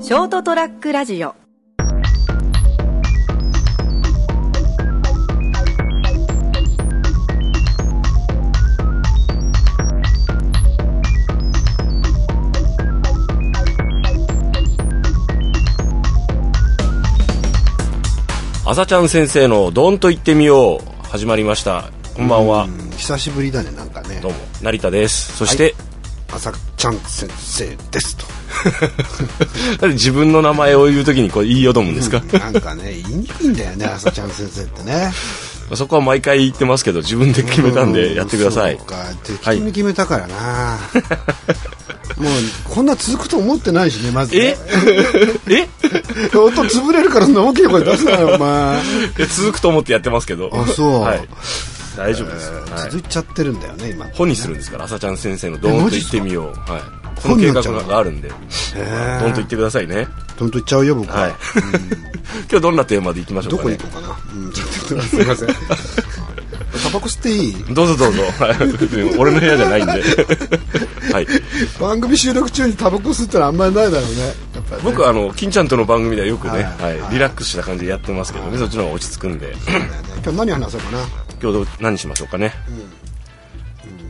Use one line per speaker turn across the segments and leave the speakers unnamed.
ショートトラックラジオ
あさちゃん先生の「ドンと言ってみよう」始まりましたこんばんは
うん久しぶりだねなんかね
どうも成田ですそして、
朝ちゃん先生ですと
なんで自分の名前を言う時にこう言いよどむんですか、
なんかね言 いにくいんだよね朝ちゃん先生ってね
そこは毎回言ってますけど自分で 決めたんでやってください、
そうか適当に決めたからな、 もうこんな続くと思ってないしねまず
え
ね
え
音潰れるからそんな大きい声出すな よお前
え続くと思ってやってますけど
あそう
はい、大丈夫です、はい
続いちゃってるんだよね今
本にするんですから朝ちゃん先生の「ドンと言ってみよう」はいその計画があるんで
へー
ドンと言ってくださいね
どんといっちゃうよ僕は、
はい 今日どんなテーマでいきましょう
ど
か
こ
ね
行こうかな、うん、ちょっとすいま せんタバコ吸っていい
どうぞどうぞ はい俺の部屋じゃない んではい
番組収録中にタバコ吸ったらあんまりないだろうねやっぱりね
僕はあの金ちゃんとの番組ではよくね、はい
はい
リラックスした感じでやってますけどね、そっちの方が落ち着くんで
今日何話そうかな
今日どう何しましょうかね、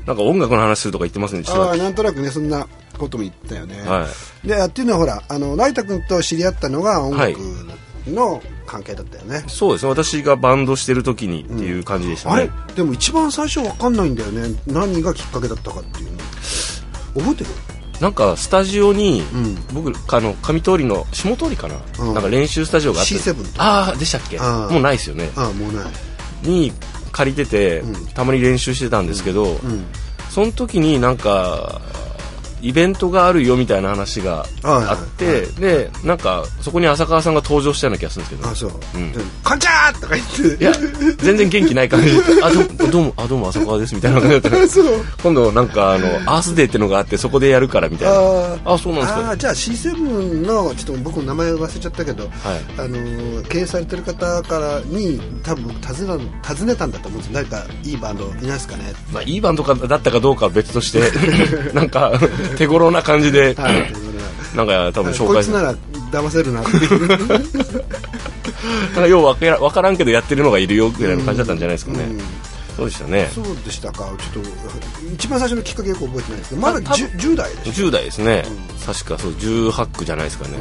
なんか音楽の話するとか言ってますねちょっと
あ
待
あ
っ
なんとなくねそんなことも言ったよね、
は
でっていうのはほらあの成田君と知り合ったのが音
は
楽
い
の関係だったよね、
てそうですね私がバンドしてる時にっていう感じでした
あ
ね、
れでも一番最初わかんないんだよね何がきっかけだったかっていうの覚えてる
なんかスタジオに、
ん
僕あの上通りの下通りかな、
うん
なんか練習スタジオがあって
C7 と
ああでしたっけ
あー
もうないですよね
ああもうない
に借りてて、
うん
たまに練習してたんですけど、
うん
その時になんかイベントがあるよみたいな話があって、
はい
でなんかそこに浅川さんが登場したような気がするんですけ
あ
ど
あそう「
うん
でこんちゃー!」とか言っ
い
て
や全然元気ない感じで「あどうもどうもあどうも浅川です」みたいな感じだった
あ そう
今度なんかあのアースデーってのがあってそこでやるからみたい
あ
なあそうなんです
あ
か
あじゃあ C7 のちょっと僕の名前忘れちゃったけど、
はい
あのー経営されてる方からに多分尋ね尋ねたんだと思うんです誰かいいバンドいないですかね
まあ、いいバンドかだったかどうかは別として なんか手頃な感じで、
はい、
なんか多分紹
こい
介
つなら騙せるなって いう
なんかようわけらわからんけどやってるのがいるよぐらいの感じだったんじゃないですかね、
うん
そうでしたね
そうでしたかちょっと一番最初のきっかけよく覚えてないですけどまだ
た多
10, 10代でし
10代ですね、確かそう18区じゃないですかね、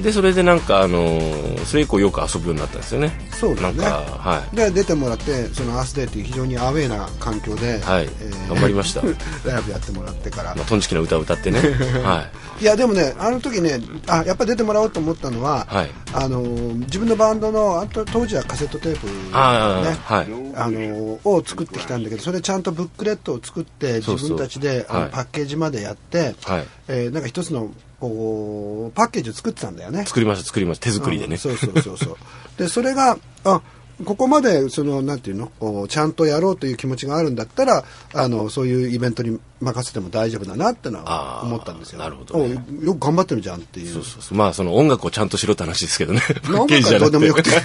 でそれでなんかあのーそれ以降よく遊ぶようになったんですよね
そう
な
だね
んかは
ょで出てもらってそのアースデーっていう非常にアウェーな環境で、
い、はい
えー
頑張りました、ま
ライブやってもらってから
あ、トンチキな歌を歌 ってねはい
いやでもねあの時ねあやっぱ出てもらおうと思ったのは、
はい
あのー自分のバンドのあと当時はカセットテープ、ね
あーはい
あのーを作ってきたんだけどそれちゃんとブックレットを作って
そ
自
うそう
分たちであ
は
の
い
パッケージまでやって、
はい
えーなんか一つのこうパッケージを作ってたんだよね。
作りました作りました手作りで
う
ね、
んそうそうそうそうでそれがあここまでそのなんていうのこうちゃんとやろうという気持ちがあるんだったらあのそういうイベントに任せても大丈夫だなっての
あ
は
ー
思ったんですよ
なるほどね
およく頑張ってるじゃんっていう
そうそうそうまあその音楽をちゃんとしろって話ですけどねパッケージじゃ
ど
な
うでもよ
く
くて
て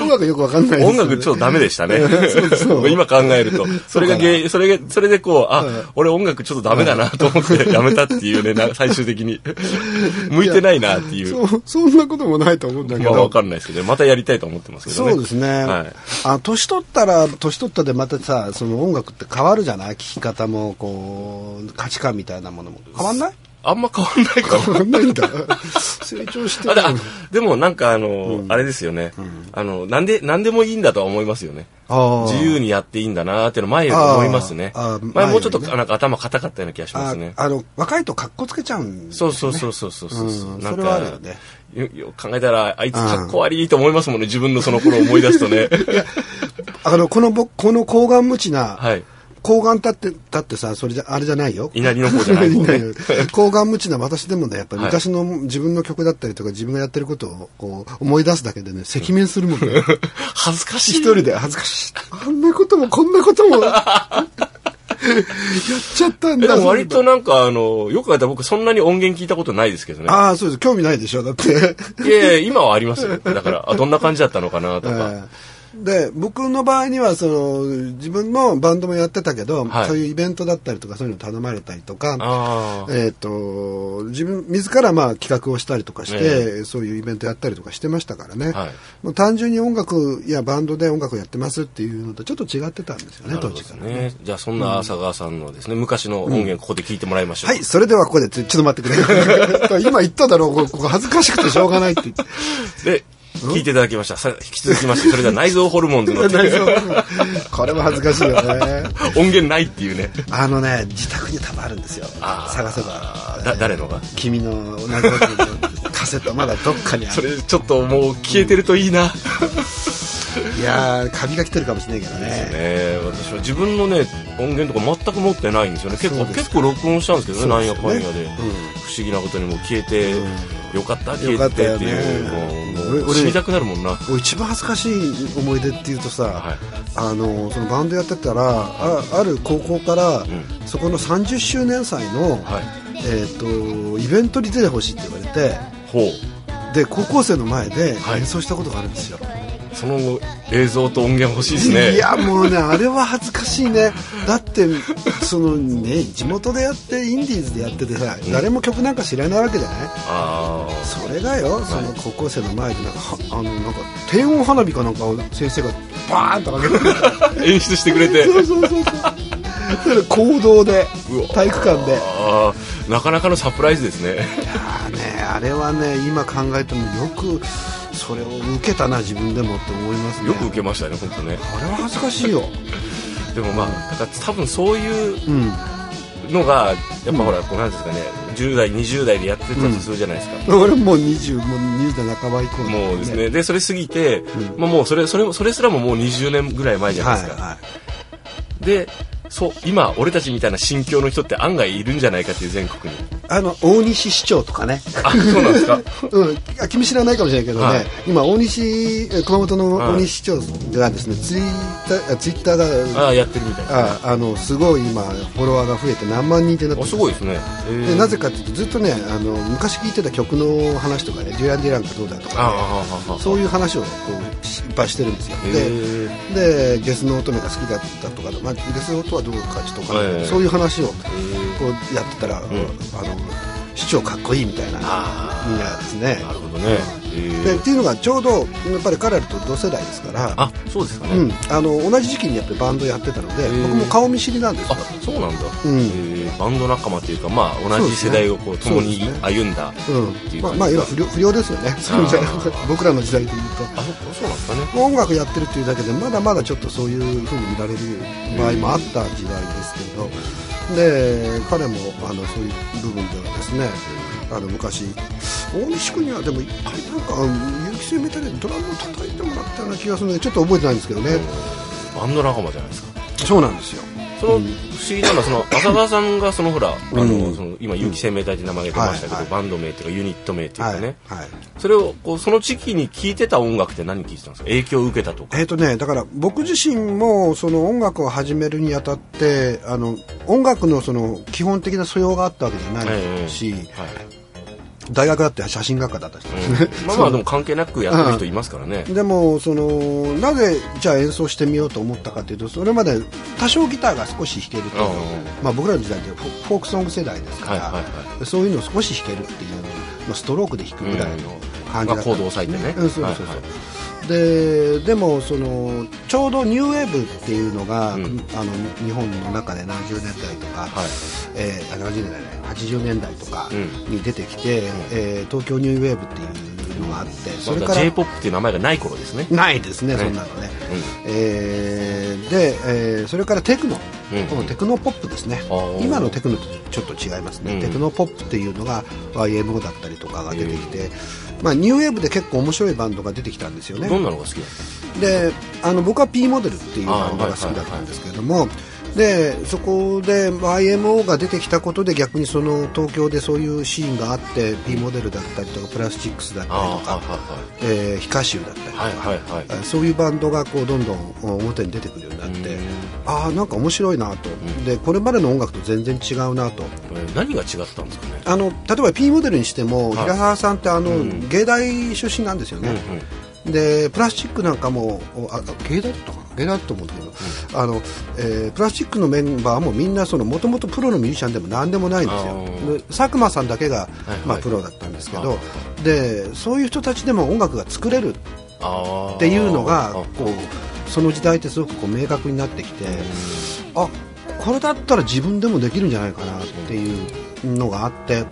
音楽よくわかんないです よ
音
ね
楽ちょっとダメでしたね
そうそ う
今考えるとそれが原因それがそれでこうあ、俺音楽ちょっとダメだなと思ってやめたっていうねな 最終的に向いてないなっていう
そうそんなこともないと思うんだけ
まあ
ど、
わかんないですけどねまたやりたいと思ってますけどね
そうですね、
はい
あ年取ったら年取ったでまたさその音楽って変わるじゃない聴き方もこう価値観みたいなものも変わんない
あんま変わんないか も
変わんないんだ成長して
あ
る
だあでもなんかあの、あれですよね、あのなんでなんでもいいんだとは思いますよね
あー
自由にやっていいんだなーっていうの前より思いますね
あーあー
前もうちょっと、
前よりね
なんか頭硬かったような気がしますね
ああの若いと格好つけちゃうんです
そ
よ
う
ね
そうそうそうそうそう、
うん
なんか
それはあるよね
よよ考えたらあいつかっこ悪いと思いますもんね自分のその頃を思い出すと ね
あのこの僕この睾丸無知な、
はい
睾丸だってだってさそれじゃあれじゃないよ
稲荷の方じゃない方ね
稲荷睾丸無知な私でもねやっぱり
はい
昔の自分の曲だったりとか自分がやってることをこう思い出すだけでね赤面するもんね
恥ずかし
一
い
人で恥ずかしいあんなこともこんなこ ともやっちゃったん
えで
だ
も割となんかあのよく考えたら僕そんなに音源聞いたことないですけどね
ああそうです興味ないでしょだって
いやいや今はありますよだからあどんな感じだったのかなと
え
か、
ーで僕の場合にはその自分のバンドもやってたけど、
はい
そういうイベントだったりとかそういうの頼まれたりとか、
ああ。
えっと自分自らまあ企画をしたりとかして、そういうイベントやったりとかしてましたからね、
はい
もう単純に音楽やバンドで音楽をやってますっていうのとちょっと違ってたんですよね
なる
当
ほど
時
で
か
す
ら。
ね。じゃあ、そんな浅川さんのですね、昔の音源、ここで聞いてもらいましょう。
はい、それではここで、ちょちょっと待って くれ。今言っただろう、こここ恥ずかしくてしょうがないって言って。
で、聞いていただきました。さ引き続きまして、 それでは内臓ホルモン ズの
内臓これも恥ずかしいよね。
音源ないっていうね。
あのね、自宅に多分あるんですよ。
あー
探せば。
だ誰のが
君の謎のカセットまだどっかに あ
そ
る。
れちょっともう消えてるといいな、ね
いやー、カビが来てるかもしれないけどね。
え私は自分のね音源とか全く持ってないんですよね結
そう
構
です
結構録音したんですけどね
そう
なん
です
や
よ
か
ね
んやで、
うん
不思議なことにも消えて、よかった消
よか
え
った
てっ
よ
て
ね
いうもうもう
俺
死にたくなるもんな
俺一番恥ずかしい思い出っていうとさ、
はい
あのそのバンドやってたらあある高校から、
ん
そこの30周年祭の、
はい
えー、とイベントに出てほしいって言われて
ほう
で高校生の前で
はい
演奏したことがあるんですよ、
その後映像と音源欲しいですね
いやもうねあれは恥ずかしいねだってそのね地元でやってインディーズでやっててさ、誰も曲なんか知らないわけじゃない
ああ
それがよその高校生の前でなんかはあのなんか低音花火かなんかを先生がバーンと上げて
演出してくれて
そうそうそうそうそれ行動で
うわ
体育館で
ああなかなかのサプライズですね
あーねあれはね今考えてもよくそれを受けたな自分でもって思いますね
よく受けましたね本当ね
あれは恥ずかしいよ
でもまあだから多分そういう
うん
のがやっぱほら、こうなんですかね10代20代でやってたとするじゃないですか、
俺もう20もう20代半ば以降
もうですねでそれ過ぎて、まあ、もうそれそれもそれすらももう20年ぐらい前じゃない
は
で
い
すか、
は
でそう今俺たちみたいな心境の人って案外いるんじゃないかっていう全国に
いあの大西市長とかね
あそうなんですか
うん、あ君知らないかもしれないけどね、
はい
今大西え熊本の
はい
大西市長がですね、ツイッターあツイッターが
ああやってるみたいな
ああのすごい今フォロワーが増えて何万人ってなって
あ
ます
ごいですね、えー
でなぜかっていうとずっとねあの昔聴いてた曲の話とかねデュラン・ディランがどうだ
ああ
とか、ね、
あああ
そういう話をこうしいっぱいしてるんですよ
へ
ででゲスの乙女が好きだったとか、まあ、ゲスの音はどうかちょっとか、
ええ
そういう話をこ
ー
うやってたら、あの市長かっこいいみたいな
あ
みんなですね
あなるほどね、えー
でっていうのがちょうどやっぱり彼らと同世代ですから
あそうですかね、
うん、あの同じ時期にやっぱりバンドやってたので
ー
僕も顔見知りなんです
あ
よ、
そうなんだ、
うん
えーバンド仲間というか、まあ、同じ世代をこう
そう
共
ですね
に
そうですね
歩んだって
う
い
ん
う
ま
感
あ、
じ
まあ、今不良不良ですよねそういう意味じゃなくて 僕らの時代で言う
あそそうなんですかね
と音楽やってるっていうだけでまだまだちょっとそういうふうに見られる場合もあった時代ですけどで彼もあのそういう部分ではですねあの昔大西君にはでも一回なんか有機性メタルでドラムを叩いてもらったような気がするのでちょっと覚えてないんですけどね、
バンド仲間じゃないですか
そうなんですよ
その不思議なのはその浅川さんがそのほら、あ
う
の
ん
その今有機生命体って名前が出ましたけど、
はいはい
バンド名というかユニット名というかね、
はいはい
それをこうその時期に聴いてた音楽って何聴いてたんですか影響を受けたとか
えーとね、だから僕自身もその音楽を始めるにあたってあの音楽のその基本的な素養があったわけじゃないし、
はい
大学だって写真学科だったし、
うんまあまあでも関係なくやってる人いますからね、
でもそのなぜじゃあ演奏してみようと思ったかというとそれまで多少ギターが少し弾けるという、
うん
まあ、僕らの時代でフォフォークソング世代ですから、
はいはい
そういうのを少し弾けるっていうのを、まあ、ストロークで弾くぐらいの感じだった、
まあコードを割いてね
うんそうそうそう、
はいは
ででもそのちょうどニューウェーブっていうのが、
うん
あの日本の中で70年代とか、
はい
えー、70年代ね80年代とか
う
に出てきて、えー東京ニューウェーブっていうのがあってそれ
ま
か
だ
ら
j p o p っていう名前がない頃ですね
ないですね、
ね
そんなのね、えーで、えーそれからテクノ、
うん
このテクノポップですね
あー
今のテクノとちょっと違いますね、
うん
テクノポップっていうのが YMO だったりとかが出てきて、まあ、ニューウェーブで結構面白いバンドが出てきたんですよね
どんなのが好きなんですか
であの僕は P モデルっていうバンドが好きだったんですけれどもでそこで YMO が出てきたことで逆にその東京でそういうシーンがあって P モデルだったりとかプラスチックスだったりとか、
は
えー、ヒカシュウだったりとか、
いはいはいはい
そういうバンドがこうどんどん表に出てくるようになって
うん
ああなんか面白いなと、でこれまでの音楽と全然違うなと
これ何が違ったんですかね
あの例えば P モデルにしても
はい
平沢さんってあの、
うん
芸大出身なんですよ
う
ね、
ん
でプラスチックなんかもあ芸だったかな芸だと思うんだけど、あのえープラスチックのメンバーもみんなもともとプロのミュージシャンでも何でもないんです
あ
よ
ー
で佐久間さんだけが、
いはい
まあ、プロだったんですけ
は
どでそういう人たちでも音楽が作れる
あー
っていうのが
あ
こうその時代ってすごくこう明確になってきてあこれだったら自分でもできるんじゃないかなっていうのがあって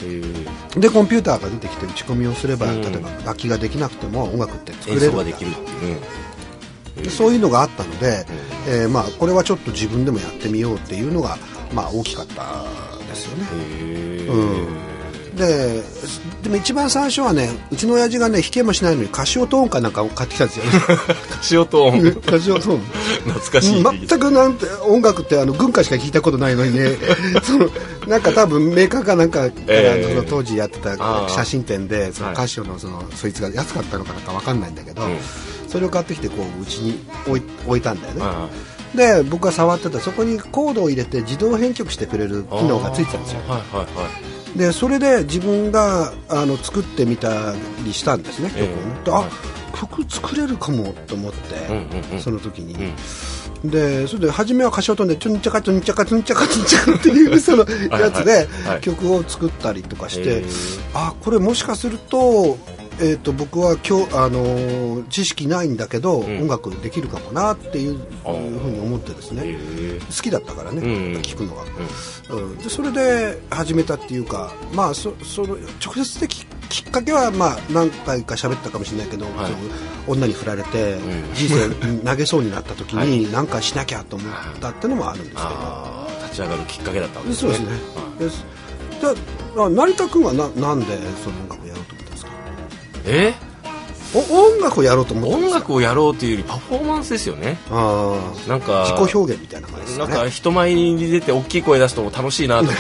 でコンピューターが出てきて打ち込みをすれば
うん
例えば楽器ができなくても音楽って作れ
演
る
奏
んだ
ができるっていう、
そういうのがあったので、えーまあ、これはちょっと自分でもやってみようっていうのが、まあ、大きかったですよね。
へー
うんででも一番最初はねうちの親父がね弾けもしないのにカシオトーンかなんかを買ってきたんですよ
カシオトーン
カシオトーン
懐かしい、
全くなんて音楽ってあの軍歌しか聞いたことないの にねそのなんか多分メーカーかなんかから、
ええ
その当時やってた
ああ
写真展でその
はい
カシオのその、そいつが安かったのかなんか分かんないんだけど、
うん
それを買ってきてこううちに置い置いたんだよね、
は
で僕が触ってたそこにコードを入れて自動編曲してくれる
いはい
機能がついてたんですよ
はいはいはい
でそれで自分があの作ってみたりしたんですね曲をね、
ええ
であ、
はい
曲作れるかもと思って、
うんうんうん
その時に、でそれで初めは歌唱とんで「ちょんちゃかちょんちゃかちょんちゃかちょんちゃか」っ ていうその
はい
やつで
はい
曲を作ったりとかして、
えー
あこれもしかすると,、えー、と僕は今日、あのー知識ないんだけど、
ん
音楽できるかもなっていうふ
あ
う
ー
に思ってですね、
へー
好きだったからね、
うん
聞くのが、うんでそれで始めたっていうか、まあ、そその直接的きっかけは、まあ、何回か喋ったかもしれないけど、
はい
その女に振られて、
ん
人生投げそうになった 時
は
に何かしなきゃと思ったってのもあるんですけど、
あー立ち上がるきっかけだったわけ
で
です
そう
ね
ですね、ですじゃああ成田君はななんでその音楽をやろうと思ったんですか
え
お音楽をやろうと思ったんで
音
すか
楽をやろうというよりパフォーマンスですよね
あー
なんか
自己表現みたいな感じです
な
か
ん
ね
か人前に出て大きい声出すと楽しいなとか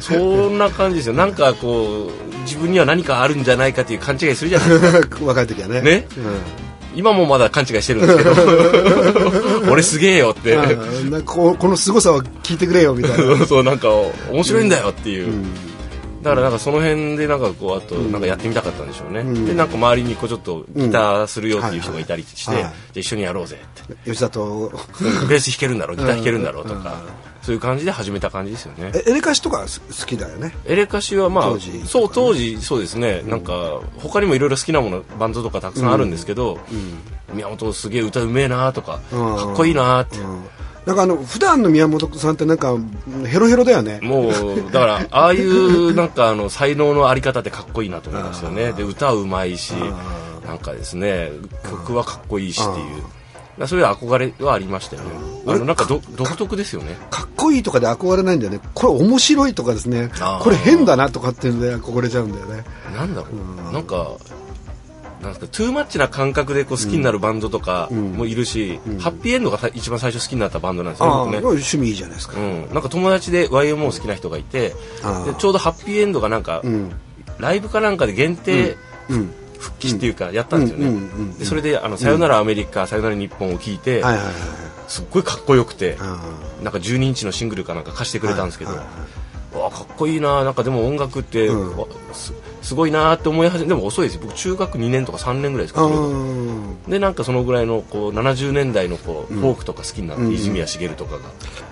そんな感じですよなんかこう自分には何かあるんじゃないかという勘違いするじゃないですか
若い時はね
ね
うん
今もまだ勘違いしてるんですけ ど俺すげえよって
うんなんかこうこの凄さを聞いてくれよみたい な、
そうなんか面白いんだよっていう、
うん
だからなんかその辺でなんかこうあとなんかやってみたかったんでしょうね、
ん
でなんか周りにこうちょっとギターするよっていう人
うん
がいたりして、
はい
じゃ
はい
あ一緒にやろうぜって
吉田と
ベース弾けるんだろうギター弾けるんだろうと
うん
か、そういう感じで始めた感じですよね
えエレカシとかす好きだよね
エレカシはまあ
当時
そう当時そうですね、なんか他にもいろいろ好きなものバンドとかたくさんあるんですけど、宮本すげえ歌うめえなとか、
うん
かっこいいなって、
なんかあの普段の宮本さんってなんかヘロヘロだよね
もうだからああいうなんかあの才能のあり方ってかっこいいなと思いましたよねで歌うまいしなんかですね曲はかっこいいしっていうだからそういう憧れはありましたよねあのなんかど独特ですよね
かっこいいとかで憧れないんだよねこれ面白いとかですね
あー
これ変だなとかっていうので憧れちゃうんだよね
なんだろうなんかなんですかトゥーマッチな感覚でこう好きになるバンドとかもいるし、ハッピーエンドがさ一番最初好きになったバンドなんですよね
ああ
僕ね
趣味いいじゃないですか、
うん、なんか友達で YMO 好きな人がいてで
あー
ちょうどハッピーエンドがなんか、
ん
ライブかなんかで限定
うん
復帰っていうかやったんですよね、
うんうんうんうん
でそれで「あのさよならアメリカ、さよなら日本」を聞いて、
はいはいはい
すっごいかっこよくて、
あ
なんか12インチのシングルかなんか貸してくれたんですけど、
はいは
うわかっこいいななんかでも音楽って、
うん
わすすごいなって思い始めでも遅いです僕中学2年とか3年ぐらいです
あ
かそれが
ー
でなんかそのぐらいのこう70年代のこう、フォークとか好きになって、
うん
泉谷しげるとかが、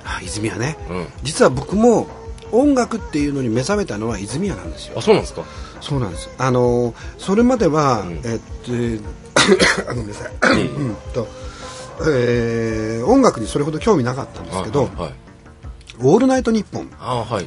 あ泉谷ね
うん、
実は僕も音楽っていうのに目覚めたのは泉谷なんですよ
あそうなんですか
そうなんです。あのそれまでは、
ん
えっとえー あごめんなさい。うんと、えー音楽にそれほど興味なかったんですけど、
はいはいはい
オールナイトニッポン
あーはい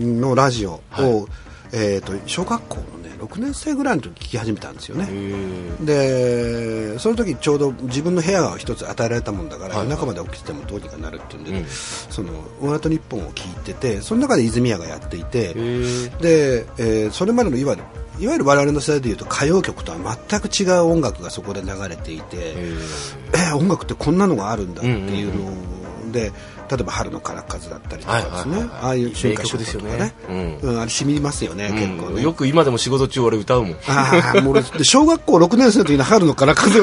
のラジオを、
はい
えっと小学校のね6年生ぐらいの時聞き始めたんですよね。
へ
でその時ちょうど自分の部屋が一つ与えられたもんだか
は
ら、
い
夜中まで起きててもどうにかなるっていうんで、
うん
その「オールナイトニッポン」を聞いててその中で泉谷がやっていて、
えへえ
で、えーそれまでのいわゆるいわゆる我々の世代でいうと歌謡曲とは全く違う音楽がそこで流れていて、えー音楽ってこんなのがあるんだっていうので、例えば「春の空っ風」だったりとかです
はいはい
ね、
はいはい
ああいう瞬
名
間
曲ですよね
と
う
かうんあれしみますよね、結構
うん
ね
よく今でも仕事中俺歌うもん
ああもう俺で小学校6年生の時の「春の空っ風」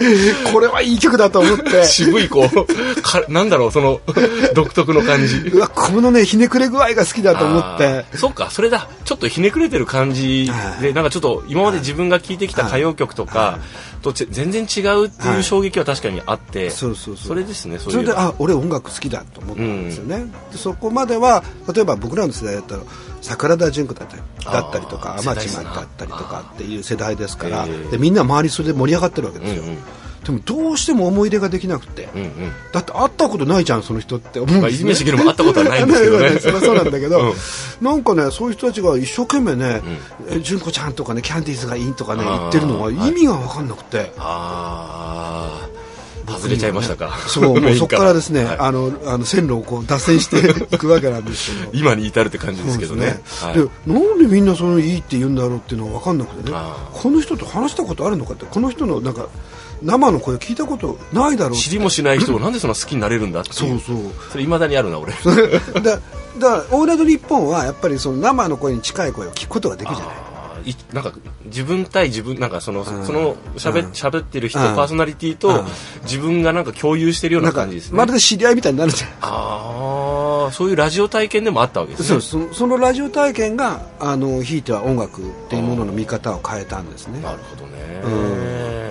これはいい曲だと思って
渋いこうかなんだろうその 独特の感じ
うわこのねひねくれ具合が好きだと思って
あーそっかそれだちょっとひねくれてる感じ
は
でなんかちょっと今まで自分が聴いてきた歌謡曲とかとち全然違うっていう衝撃は確かにあって
そうそうそう
それですねそう
そ
い
れ
う
であ俺音楽好きだと思ったんですよね、でそこまでは例えば僕らの世代だったら桜田純子だったりだったりとか
あー世
天
代
島
ですな
だったりとかっていう世代ですから、
へー
でみんな周りそれで盛り上がってるわけですよ、
うんうん
でもどうしても思い出ができなくて、
うんうん
だって会ったことないじゃんその人って思うん
まあ
で
い
す
じ
よ、
め
ね、
しげるも会ったことはないんですけ どね
そりゃそうなんだけど、
うん
なんかねそういう人たちが一生懸命ねえ純子、ちゃんとかねキャンディーズがいいとかね
あー
言ってるのは
はい
意味が分かんなくて、
ああ外れちゃいましたか
そうも
メ
う
イン
そこからですね、
はい
あのあの線路をこう脱線して いくわけなんですけど
今に至るって感じですけどね
そう
はい
ですねでなんでみんなそのいいって言うんだろうっていうのが分かんなくてね
あ
この人と話したことあるのかってこの人のなんか生の声聞いたことないだろうって
知りもしない人をなんでそんな好きになれるんだって
そ
いうう
そう
それいまだにあるな 俺
だだから「オールナイトニッポン」はやっぱりその生の声に近い声を聞くことができるじゃない
いなんか自分対自分なんかその、そのしゃべってる人、
うん
パーソナリティと、
うん
自分がなんか共有してるよう
な
なん
か
感じですね
まるで知り合いみたいになるじゃん
ああそういうラジオ体験でもあったわけです
そう
ね
そのそのラジオ体験があのひいては音楽っていうものの見方を変えたんですね
なるほどね、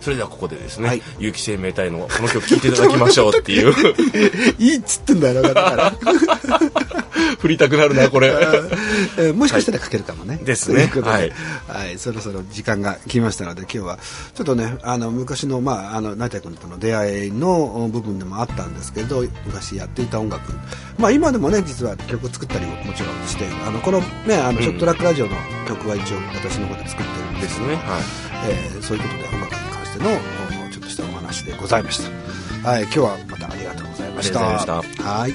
それではここでですね、
はい
有機生命体のこの曲聴いていただきましょうっていう
いいっつってんだよなだから
振りたくなるなこれ
えーもしかしたら書けるかもね。
ですね
ということで、は
はいい、
そろそろ時間が来ましたので、今日はちょっとね、あの昔のまああの成田君との出会いの部分でもあったんですけど、昔やっていた音楽、まあ今でもね、実は曲作ったりももちろんして、あのこのね、あのちょっとラックラジオの曲は一応私の方で作ってるんで
ですす
けど
ね、はい
えーそういうことで音楽に関してのおちょっとしたお話でございました。はい、今日はまたありがとうございました。
ありがとうございま
した。はい。